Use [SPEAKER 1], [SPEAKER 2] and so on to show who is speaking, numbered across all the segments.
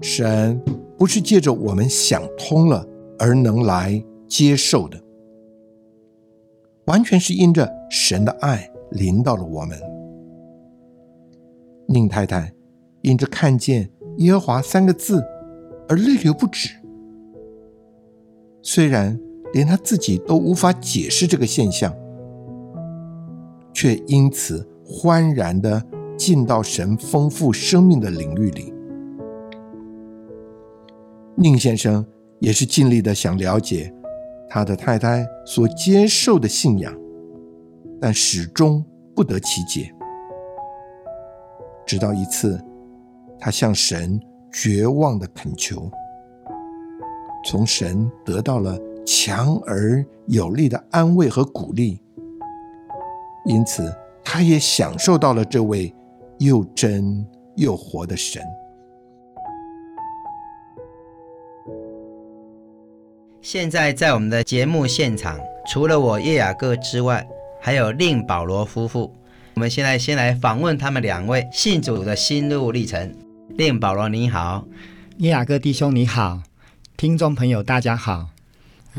[SPEAKER 1] 神不是借着我们想通了而能来接受的，完全是因着神的爱临到了我们。宁太太因着看见“耶和华”三个字而泪流不止，虽然连她自己都无法解释这个现象，却因此欢然的进到神丰富生命的领域里。宁先生也是尽力的想了解他的太太所接受的信仰，但始终不得其解。直到一次，他向神绝望的恳求，从神得到了强而有力的安慰和鼓励，因此他也享受到了这位又真又活的神。
[SPEAKER 2] 现在在我们的节目现场，除了我叶雅各之外，还有令保罗夫妇。我们现在先来访问他们两位信主的心路历程。令保罗你好，
[SPEAKER 3] 耶雅各弟兄你好，听众朋友大家好。嗯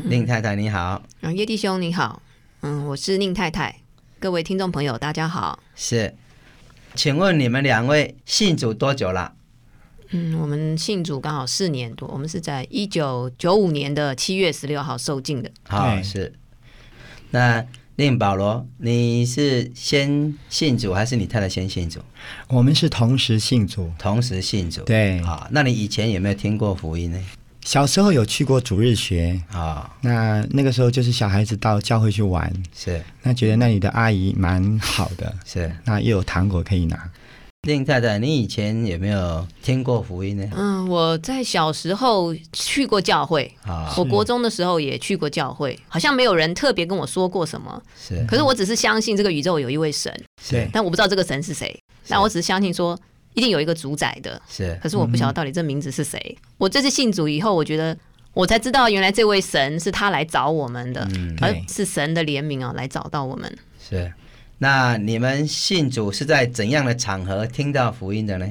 [SPEAKER 2] 令太太你好，
[SPEAKER 4] 嗯，叶弟兄你好，嗯，我是宁太太，各位听众朋友大家好，
[SPEAKER 2] 是，请问你们两位信主多久了？
[SPEAKER 4] 嗯，我们信主刚好四年多，我们是在一九九五年的七月十六号受浸的，
[SPEAKER 2] 好、
[SPEAKER 3] 对
[SPEAKER 2] 是。那令保罗，你是先信主还是你太太先信主？
[SPEAKER 3] 我们是同时信主，
[SPEAKER 2] 同时信主。
[SPEAKER 3] 对
[SPEAKER 2] 好，那你以前有没有听过福音呢？
[SPEAKER 3] 小时候有去过主日学，
[SPEAKER 2] 啊、
[SPEAKER 3] 那那个时候就是小孩子到教会去玩，
[SPEAKER 2] 是
[SPEAKER 3] 那觉得那里的阿姨蛮好的，
[SPEAKER 2] 是。
[SPEAKER 3] 那又有糖果可以拿。
[SPEAKER 2] 令太太，你以前有没有听过福音呢？
[SPEAKER 4] 嗯，我在小时候去过教会，
[SPEAKER 2] 啊，
[SPEAKER 4] 我国中的时候也去过教会，好像没有人特别跟我说过什么，
[SPEAKER 2] 是
[SPEAKER 4] 可是我只是相信这个宇宙有一位神，
[SPEAKER 2] 是
[SPEAKER 4] 但我不知道这个神是谁，
[SPEAKER 2] 是
[SPEAKER 4] 那我只是相信说一定有一个主宰的，
[SPEAKER 2] 是
[SPEAKER 4] 可是我不晓得到底这名字是谁。我这次信主以后，我觉得我才知道原来这位神是他来找我们的，
[SPEAKER 2] 嗯
[SPEAKER 4] 而
[SPEAKER 3] 对
[SPEAKER 4] 是神的怜悯啊来找到我们。
[SPEAKER 2] 是。那你们信主是在怎样的场合听到福音的呢？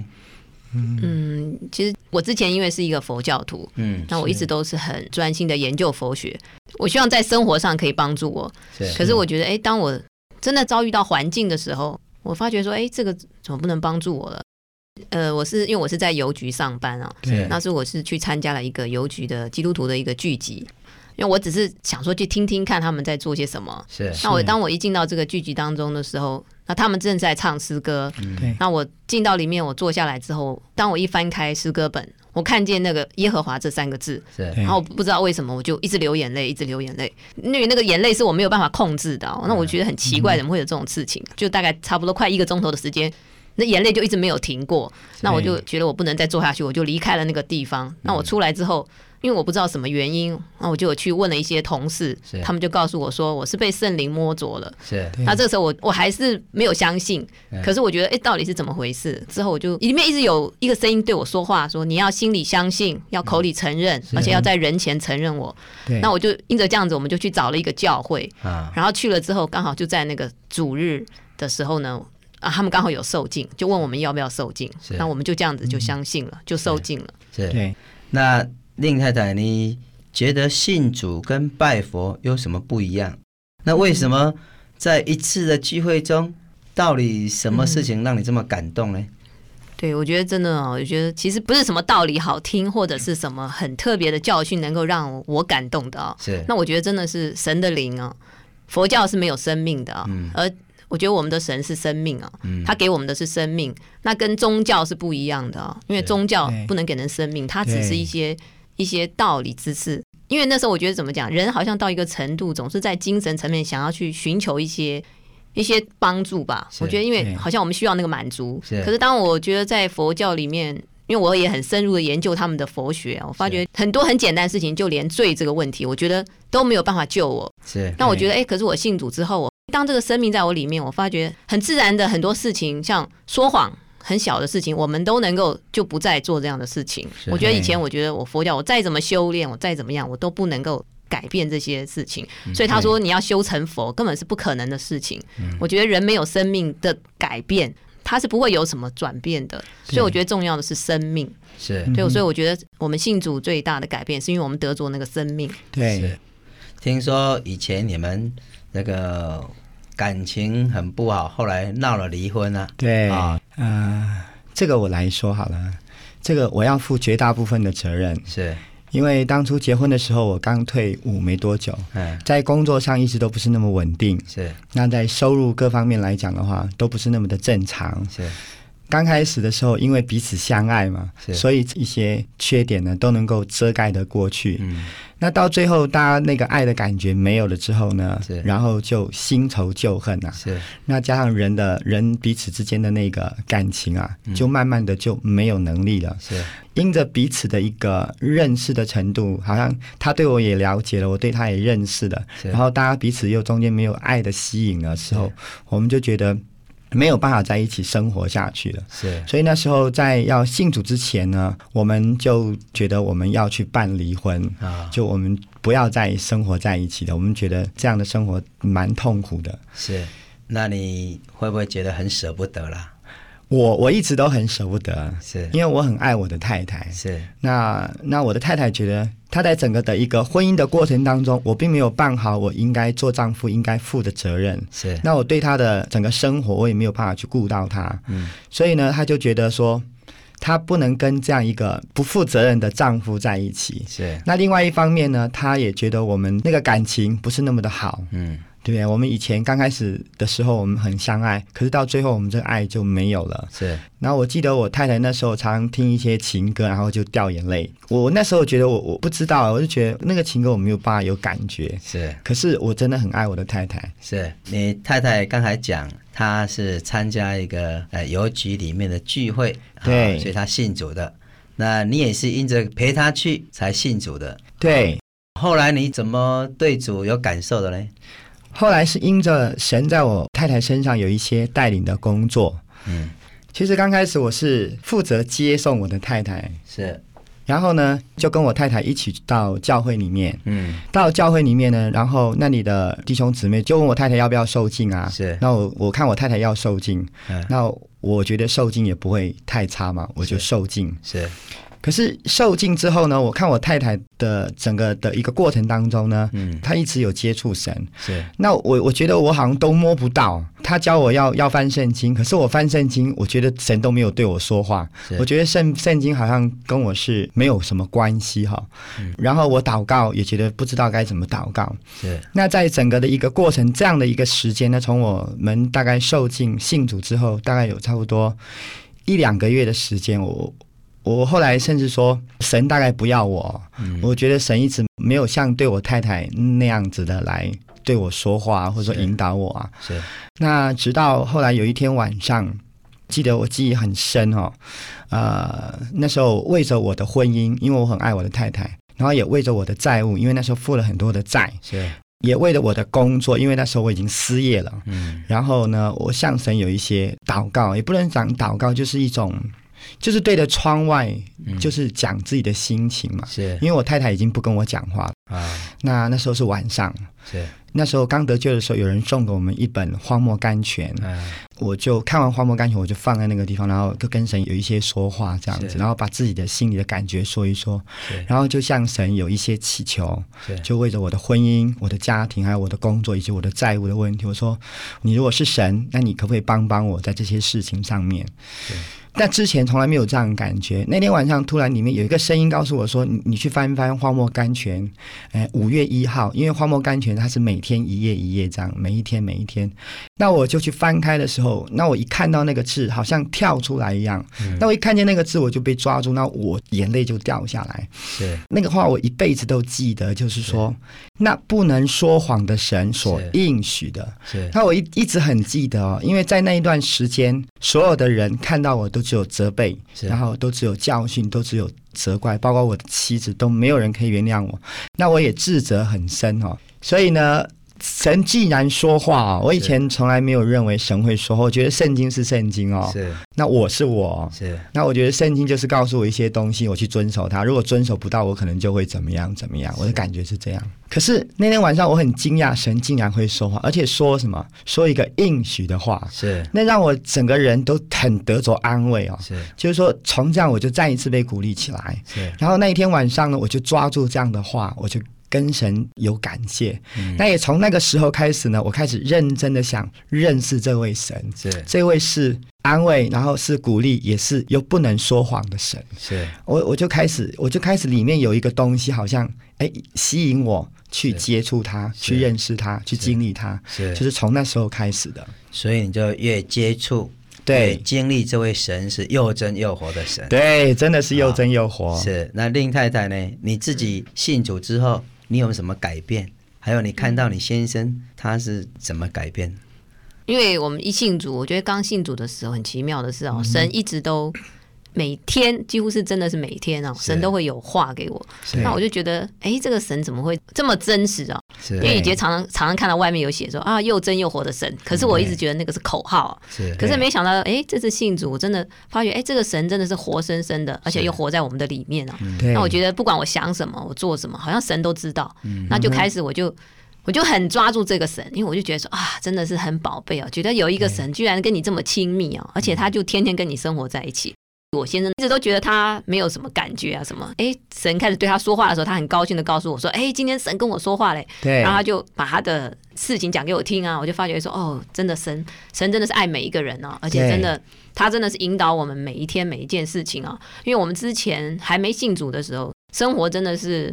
[SPEAKER 4] 嗯，其实我之前因为是一个佛教徒，
[SPEAKER 2] 嗯，
[SPEAKER 4] 那我一直都是很专心的研究佛学，我希望在生活上可以帮助我。
[SPEAKER 2] 是
[SPEAKER 4] 可是我觉得，哎，当我真的遭遇到环境的时候，我发觉说，哎，这个怎么不能帮助我了？呃，我是因为我是在邮局上班啊，
[SPEAKER 2] 对
[SPEAKER 4] 那时候我是去参加了一个邮局的基督徒的一个聚集，因为我只是想说去听听看他们在做些什么。
[SPEAKER 2] 是
[SPEAKER 4] 那我
[SPEAKER 3] 是
[SPEAKER 4] 当我一进到这个聚集当中的时候，那他们正在唱诗歌，
[SPEAKER 2] 嗯
[SPEAKER 3] 对，
[SPEAKER 4] 嗯那我进到里面，我坐下来之后，当我一翻开诗歌本，我看见那个耶和华这三个字，
[SPEAKER 2] 是
[SPEAKER 3] 对
[SPEAKER 4] 然后我不知道为什么我就一直流眼泪，一直流眼泪，因为那个眼泪是我没有办法控制的
[SPEAKER 3] 嗯
[SPEAKER 4] 哦、那我觉得很奇怪，怎么会有这种事情？就大概差不多快一个钟头的时间。那眼泪就一直没有停过，那我就觉得我不能再做下去，我就离开了那个地
[SPEAKER 3] 嗯
[SPEAKER 4] 方。那我出来之后，因为我不知道什么原因，那我就有去问了一些同事
[SPEAKER 2] 是，
[SPEAKER 4] 他们就告诉我说我是被圣灵摸着了。
[SPEAKER 2] 是
[SPEAKER 3] 对
[SPEAKER 4] 那这个时候我我还是没有相信
[SPEAKER 2] 嗯，
[SPEAKER 4] 可是我觉得哎、诶到底是怎么回事？之后我就里面一直有一个声音对我说话，说你要心里相信，要口里承认，
[SPEAKER 2] 嗯
[SPEAKER 4] 而且要在人前承认我。
[SPEAKER 3] 对，
[SPEAKER 4] 那我就因着这样子，我们就去找了一个教会，
[SPEAKER 2] 啊，
[SPEAKER 4] 然后去了之后，刚好就在那个主日的时候呢。啊，他们刚好有受浸，就问我们要不要受浸
[SPEAKER 2] 是，嗯
[SPEAKER 4] 那我们就这样子就相信了，就受浸了。
[SPEAKER 2] 是。
[SPEAKER 3] 对，
[SPEAKER 2] 那令太太，你觉得信主跟拜佛有什么不一样？那为什么在一次的聚会中，到底什么事情让你这么感动呢？
[SPEAKER 4] 对，我觉得真的哦，我觉得其实不是什么道理好听，或者是什么很特别的教训能够让我感动的哦，
[SPEAKER 2] 是
[SPEAKER 4] 那我觉得真的是神的灵啊，佛教是没有生命的啊、
[SPEAKER 2] 嗯
[SPEAKER 4] 而我觉得我们的神是生命啊，
[SPEAKER 2] 嗯
[SPEAKER 4] 他给我们的是生命，那跟宗教是不一样的啊、因为
[SPEAKER 2] 对
[SPEAKER 4] 宗教
[SPEAKER 3] 对
[SPEAKER 4] 不能给人生命，它只是一些一些道理知识。因为那时候我觉得怎么讲，人好像到一个程度，总是在精神层面想要去寻求一些一些帮助吧。
[SPEAKER 2] 是
[SPEAKER 4] 我觉得，因为
[SPEAKER 3] 对
[SPEAKER 4] 好像我们需要那个满足。
[SPEAKER 2] 是
[SPEAKER 4] 可是当我觉得在佛教里面，因为我也很深入的研究他们的佛学啊，我发觉很多很简单的事情，就连罪这个问题，我觉得都没有办法救我。
[SPEAKER 2] 是嗯
[SPEAKER 4] 那我觉得，哎，可是我信主之后，我当这个生命在我里面，我发觉很自然的很多事情，像说谎。很小的事情，我们都能够就不再做这样的事情。
[SPEAKER 2] 是
[SPEAKER 4] 我觉得以
[SPEAKER 2] 嘿
[SPEAKER 4] 前我觉得我佛教，我再怎么修炼，我再怎么样，我都不能够改变这些事情。所以他说，你要修成佛，根本是不可能的事情。我觉得人没有生命的改变，他是不会有什么转变的。所以我觉得重要的是生命。
[SPEAKER 2] 是
[SPEAKER 3] 嗯
[SPEAKER 4] 对，所以我觉得我们信主最大的改变，是因为我们得着那个生命。
[SPEAKER 3] 对
[SPEAKER 2] 是，听说以前你们那个感情很不好，后来闹了离婚啊。
[SPEAKER 3] 对
[SPEAKER 2] 啊
[SPEAKER 3] 啊、呃这个我来说好了，这个我要负绝大部分的责任，
[SPEAKER 2] 是，
[SPEAKER 3] 因为当初结婚的时候我刚退伍没多久，
[SPEAKER 2] 嗯，
[SPEAKER 3] 在工作上一直都不是那么稳定，
[SPEAKER 2] 是
[SPEAKER 3] 那在收入各方面来讲的话，都不是那么的正常。
[SPEAKER 2] 是
[SPEAKER 3] 刚开始的时候，因为彼此相爱嘛，
[SPEAKER 2] 是
[SPEAKER 3] 所以一些缺点呢都能够遮盖得过去。
[SPEAKER 2] 嗯，
[SPEAKER 3] 那到最后，大家那个爱的感觉没有了之后呢
[SPEAKER 2] 是，
[SPEAKER 3] 然后就新仇旧恨啊。
[SPEAKER 2] 是
[SPEAKER 3] 那加上人的人彼此之间的那个感情啊，
[SPEAKER 2] 嗯
[SPEAKER 3] 就慢慢的就没有能力了。
[SPEAKER 2] 是
[SPEAKER 3] 因着彼此的一个认识的程度，好像他对我也了解了，我对他也认识了，
[SPEAKER 2] 是
[SPEAKER 3] 然后大家彼此又中间没有爱的吸引的时候，我们就觉得没有办法在一起生活下去了。
[SPEAKER 2] 是
[SPEAKER 3] 所以那时候在要信主之前呢，我们就觉得我们要去办离婚，
[SPEAKER 2] 啊，
[SPEAKER 3] 就我们不要再生活在一起了。我们觉得这样的生活蛮痛苦的。
[SPEAKER 2] 是。那你会不会觉得很舍不得啦？
[SPEAKER 3] 我我一直都很舍不得，
[SPEAKER 2] 是
[SPEAKER 3] 因为我很爱我的太太。
[SPEAKER 2] 是
[SPEAKER 3] 那那我的太太觉得，她在整个的一个婚姻的过程当中，我并没有办好我应该做丈夫应该负的责任。
[SPEAKER 2] 是
[SPEAKER 3] 那我对她的整个生活，我也没有办法去顾到她。
[SPEAKER 2] 嗯，
[SPEAKER 3] 所以呢，她就觉得说，她不能跟这样一个不负责任的丈夫在一起。
[SPEAKER 2] 是，
[SPEAKER 3] 那另外一方面呢，她也觉得我们那个感情不是那么的好，
[SPEAKER 2] 嗯，
[SPEAKER 3] 对不对？我们以前刚开始的时候，我们很相爱，可是到最后，我们这个爱就没有了。
[SPEAKER 2] 是
[SPEAKER 3] 然后我记得我太太那时候常常听一些情歌，然后就掉眼泪。我那时候觉得我我不知道，我就觉得那个情歌我没有办法有感觉。
[SPEAKER 2] 是
[SPEAKER 3] 可是我真的很爱我的太太，
[SPEAKER 2] 是。你太太刚才讲，她是参加一个呃邮局里面的聚会，啊
[SPEAKER 3] 对
[SPEAKER 2] 所以她信主的。那你也是因着陪她去才信主的。
[SPEAKER 3] 对。
[SPEAKER 2] 后来你怎么对主有感受的呢？
[SPEAKER 3] 后来是因着神在我太太身上有一些带领的工作。
[SPEAKER 2] 嗯，
[SPEAKER 3] 其实刚开始我是负责接送我的太太，
[SPEAKER 2] 是，
[SPEAKER 3] 然后呢就跟我太太一起到教会里面。
[SPEAKER 2] 嗯，
[SPEAKER 3] 到教会里面呢，然后那里的弟兄姊妹就问我太太要不要受浸啊？
[SPEAKER 2] 嗯是
[SPEAKER 3] 那我我看我太太要受浸，
[SPEAKER 2] 嗯
[SPEAKER 3] 那我觉得受浸也不会太差嘛，我就是受浸。
[SPEAKER 2] 是，
[SPEAKER 3] 可是受浸之后呢，我看我太太的整个的一个过程当中呢，
[SPEAKER 2] 嗯，
[SPEAKER 3] 她一直有接触神。
[SPEAKER 2] 是，
[SPEAKER 3] 那我我觉得我好像都摸不到，她教我要要翻圣经，可是我翻圣经，我觉得神都没有对我说话
[SPEAKER 2] 是，
[SPEAKER 3] 我觉得圣圣经好像跟我是没有什么关系哈。然后我祷告也觉得不知道该怎么祷告，
[SPEAKER 2] 是，
[SPEAKER 3] 那在整个的一个过程，这样的一个时间呢，从我们大概受尽信主之后，大概有差不多一两个月的时间，我我后来甚至说，神大概不要我，
[SPEAKER 2] 嗯
[SPEAKER 3] 我觉得神一直没有像对我太太那样子的来对我说话，或者
[SPEAKER 2] 是
[SPEAKER 3] 说引导我啊。
[SPEAKER 2] 是，
[SPEAKER 3] 那直到后来有一天晚上，记得我记忆很深哦，呃，那时候为着我的婚姻，因为我很爱我的太太，然后也为着我的债务，因为那时候负了很多的债。
[SPEAKER 2] 是，
[SPEAKER 3] 也为了我的工作，因为那时候我已经失业了。
[SPEAKER 2] 嗯，
[SPEAKER 3] 然后呢，我向神有一些祷告，也不能讲祷告，就是一种，就是对着窗外，
[SPEAKER 2] 嗯
[SPEAKER 3] 就是讲自己的心情嘛。
[SPEAKER 2] 是
[SPEAKER 3] 因为我太太已经不跟我讲话了。
[SPEAKER 2] 啊，
[SPEAKER 3] 那那时候是晚上，
[SPEAKER 2] 是，
[SPEAKER 3] 那时候刚得救的时候，有人送给我们一本《荒漠甘泉》，
[SPEAKER 2] 嗯，
[SPEAKER 3] 我就看完《荒漠甘泉》，我就放在那个地方，然后就跟神有一些说话这样
[SPEAKER 2] 是
[SPEAKER 3] 子，然后把自己的心里的感觉说一说
[SPEAKER 2] 是，
[SPEAKER 3] 然后就向神有一些祈求。
[SPEAKER 2] 是，
[SPEAKER 3] 就为着我的婚姻、我的家庭，还有我的工作以及我的债务的问题，我说：“你如果是神，那你可不可以帮帮我在这些事情上面？”但之前从来没有这样的感觉。那天晚上突然里面有一个声音告诉我说：“你你去翻一翻《荒漠甘泉》，哎、五月一号，因为《荒漠甘泉》它是每天一页一页这样，每一天每一天。”那我就去翻开的时候，那我一看到那个字，好像跳出来一样。那我一看见那个字，我就被抓住，那我眼泪就掉下来。
[SPEAKER 2] 是
[SPEAKER 3] 那个话我一辈子都记得，就是说，那不能说谎的神所
[SPEAKER 2] 是
[SPEAKER 3] 应许的，
[SPEAKER 2] 是
[SPEAKER 3] 那我一一直很记得哦，因为在那一段时间，所有的人看到我都只有责备，
[SPEAKER 2] 是
[SPEAKER 3] 然后都只有教训，都只有责怪，包括我的妻子都没有人可以原谅我。那我也自责很深哦，所以呢。神既然说话哦，我以
[SPEAKER 2] 是
[SPEAKER 3] 前从来没有认为神会说话，我觉得圣经是圣经哦。
[SPEAKER 2] 是
[SPEAKER 3] 那我是我哦，
[SPEAKER 2] 是
[SPEAKER 3] 那我觉得圣经就是告诉我一些东西，我去遵守它。如果遵守不到，我可能就会怎么样怎么样。我的感觉是这样。可是那天晚上我很惊讶，神竟然会说话，而且说什么说一个应许的话，
[SPEAKER 2] 是
[SPEAKER 3] 那让我整个人都很得着安慰哦。
[SPEAKER 2] 是
[SPEAKER 3] 就是说，从这样我就再一次被鼓励起来。
[SPEAKER 2] 是
[SPEAKER 3] 然后那一天晚上呢，我就抓住这样的话，我就跟神有感谢。那也从那个时候开始呢，我开始认真的想认识这位神。
[SPEAKER 2] 是
[SPEAKER 3] 这位是安慰，然后是鼓励，也是又不能说谎的神。
[SPEAKER 2] 是
[SPEAKER 3] 我我就开始，我就开始里面有一个东西，好像哎吸引我去接触它，
[SPEAKER 2] 是
[SPEAKER 3] 去认识它，去经历它，
[SPEAKER 2] 是
[SPEAKER 3] 就是从那时候开始的。
[SPEAKER 2] 所以你就越接触，越
[SPEAKER 3] 对
[SPEAKER 2] 经历这位神是又真又活的神。
[SPEAKER 3] 对，真的是又真又活。
[SPEAKER 2] 是，那令太太呢？你自己信主之后，你有什么改变？还有你看到你先生他是怎么改变？
[SPEAKER 4] 因为我们一信主，我觉得刚信主的时候很奇妙的是哦，
[SPEAKER 2] 嗯
[SPEAKER 4] 神一直都每天几乎是真的是每天哦，
[SPEAKER 2] 是
[SPEAKER 4] 神都会有话给我，
[SPEAKER 2] 是
[SPEAKER 4] 那我就觉得，哎，这个神怎么会这么真实哦？
[SPEAKER 2] 是
[SPEAKER 4] 因为以前常常常常看到外面有写说啊又真又活的
[SPEAKER 2] 嗯
[SPEAKER 4] 神，可是我一直觉得那个是口号啊、
[SPEAKER 2] 是
[SPEAKER 4] 可是没想到，哎，这次信主，我真的发觉，哎，这个神真的是活生生的，而且又活在我们的里面啊。
[SPEAKER 3] 对，
[SPEAKER 4] 那我觉得不管我想什么，我做什么，好像神都知道。那就开始我就我就很抓住这个神，因为我就觉得说啊，真的是很宝贝哦，觉得有一个神居然跟你这么亲密哦，而且他就天天跟你生活在一起。我先生一直都觉得他没有什么感觉啊，什么？哎，神开始对他说话的时候，他很高兴的告诉我说：“哎，今天神跟我说话嘞。”
[SPEAKER 3] 对
[SPEAKER 4] 然后他就把他的事情讲给我听啊，我就发觉说，哦，真的神神真的是爱每一个人哦，而且真的他真的是引导我们每一天每一件事情啊，因为我们之前还没信主的时候，生活真的是。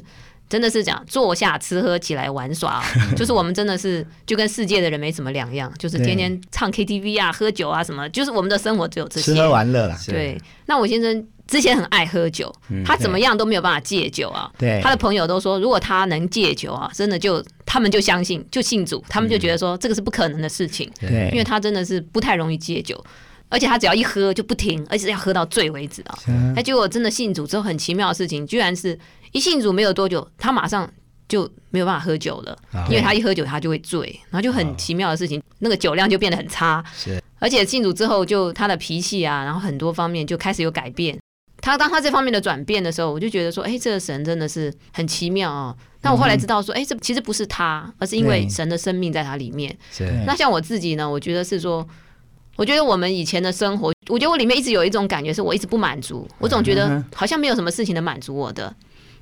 [SPEAKER 4] 真的是讲坐下吃喝起来 玩耍、啊，就是我们真的是就跟世界的人没什么两样，就是天天唱 KTV 啊、喝酒啊什么，就是我们的生活只有这些。
[SPEAKER 3] 吃喝玩乐啦。
[SPEAKER 2] 是
[SPEAKER 4] 对，那我先生之前很爱喝酒，他怎么样都没有办法戒酒啊。
[SPEAKER 3] 嗯对
[SPEAKER 4] 他的朋友都说，如果他能戒酒啊，真的就他们就相信，就信主，他们就觉得说这个是不可能的事情，
[SPEAKER 3] 嗯对，
[SPEAKER 4] 因为他真的是不太容易戒酒。而且他只要一喝就不停，而且要喝到醉为止啊！
[SPEAKER 3] 嗯
[SPEAKER 4] 那结果真的信主之后，很奇妙的事情，居然是一信主没有多久，他马上就没有办法喝酒了，
[SPEAKER 3] 啊
[SPEAKER 4] 因为他一喝酒他就会醉，然后就很奇妙的事情，那个酒量就变得很差。
[SPEAKER 2] 是
[SPEAKER 4] 而且信主之后，就他的脾气啊，然后很多方面就开始有改变。他当他这方面的转变的时候，我就觉得说，哎，这个神真的是很奇妙哦。那我后来知道说，哎，这其实不是他，而是因为
[SPEAKER 3] 对
[SPEAKER 4] 神的生命在他里面。
[SPEAKER 2] 是
[SPEAKER 4] 那像我自己呢，我觉得是说，我觉得我们以前的生活，我觉得我里面一直有一种感觉，是我一直不满足，我总觉
[SPEAKER 3] 嗯
[SPEAKER 4] 得
[SPEAKER 3] 哼
[SPEAKER 4] 好像没有什么事情能满足我的。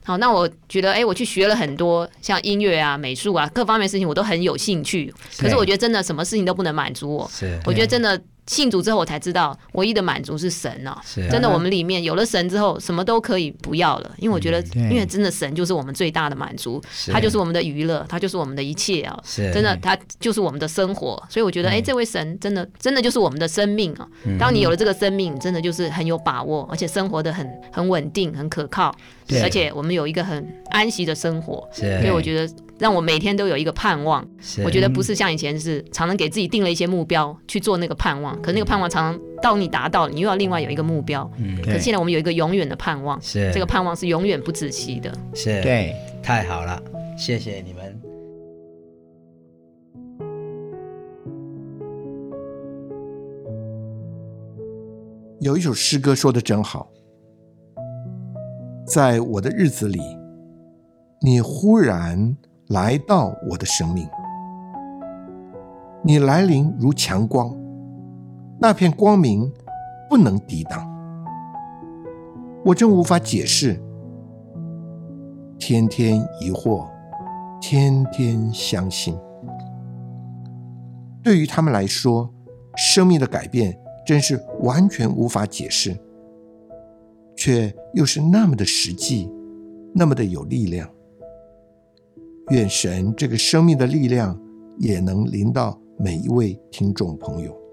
[SPEAKER 4] 好，那我觉得，哎，我去学了很多像音乐啊、美术啊各方面的事情，我都很有兴趣。可是我觉得真的什么事情都不能满足我。
[SPEAKER 2] 是
[SPEAKER 4] 我觉得真的信主之后，我才知道唯一的满足是神啊！
[SPEAKER 2] 是
[SPEAKER 4] 真的，我们里面有了神之后，什么都可以不要了，因为我觉得，
[SPEAKER 3] 对
[SPEAKER 4] 因为真的神就是我们最大的满足，他就是我们的娱乐，他就是我们的一切啊！
[SPEAKER 2] 是
[SPEAKER 4] 真的，他就是我们的生活，所以我觉得，哎，这位神真的真的就是我们的生命啊！当你有了这个生命，真的就是很有把握，而且生活的很很稳定、很可靠，
[SPEAKER 3] 对
[SPEAKER 4] 而且我们有一个很安息的生活，
[SPEAKER 2] 是
[SPEAKER 4] 所以我觉得让我每天都有一个盼望。
[SPEAKER 2] 是
[SPEAKER 4] 我觉得不是像以前是常常给自己定了一些目标去做那个盼望，可是那个盼望常常到你达到，你又要另外有一个目标。
[SPEAKER 2] 嗯
[SPEAKER 4] 可
[SPEAKER 3] 对
[SPEAKER 4] 是现在我们有一个永远的盼望，
[SPEAKER 2] 是
[SPEAKER 4] 这个盼望是永远不止息的。
[SPEAKER 2] 是
[SPEAKER 3] 对。
[SPEAKER 2] 太好了，谢谢你们。
[SPEAKER 1] 有一首诗歌说的真好，在我的日子里，你忽然来到我的生命，你来临如强光，那片光明不能抵挡。我真无法解释，天天疑惑，天天相信。对于他们来说，生命的改变真是完全无法解释，却又是那么的实际，那么的有力量。愿神这个生命的力量也能临到每一位听众朋友。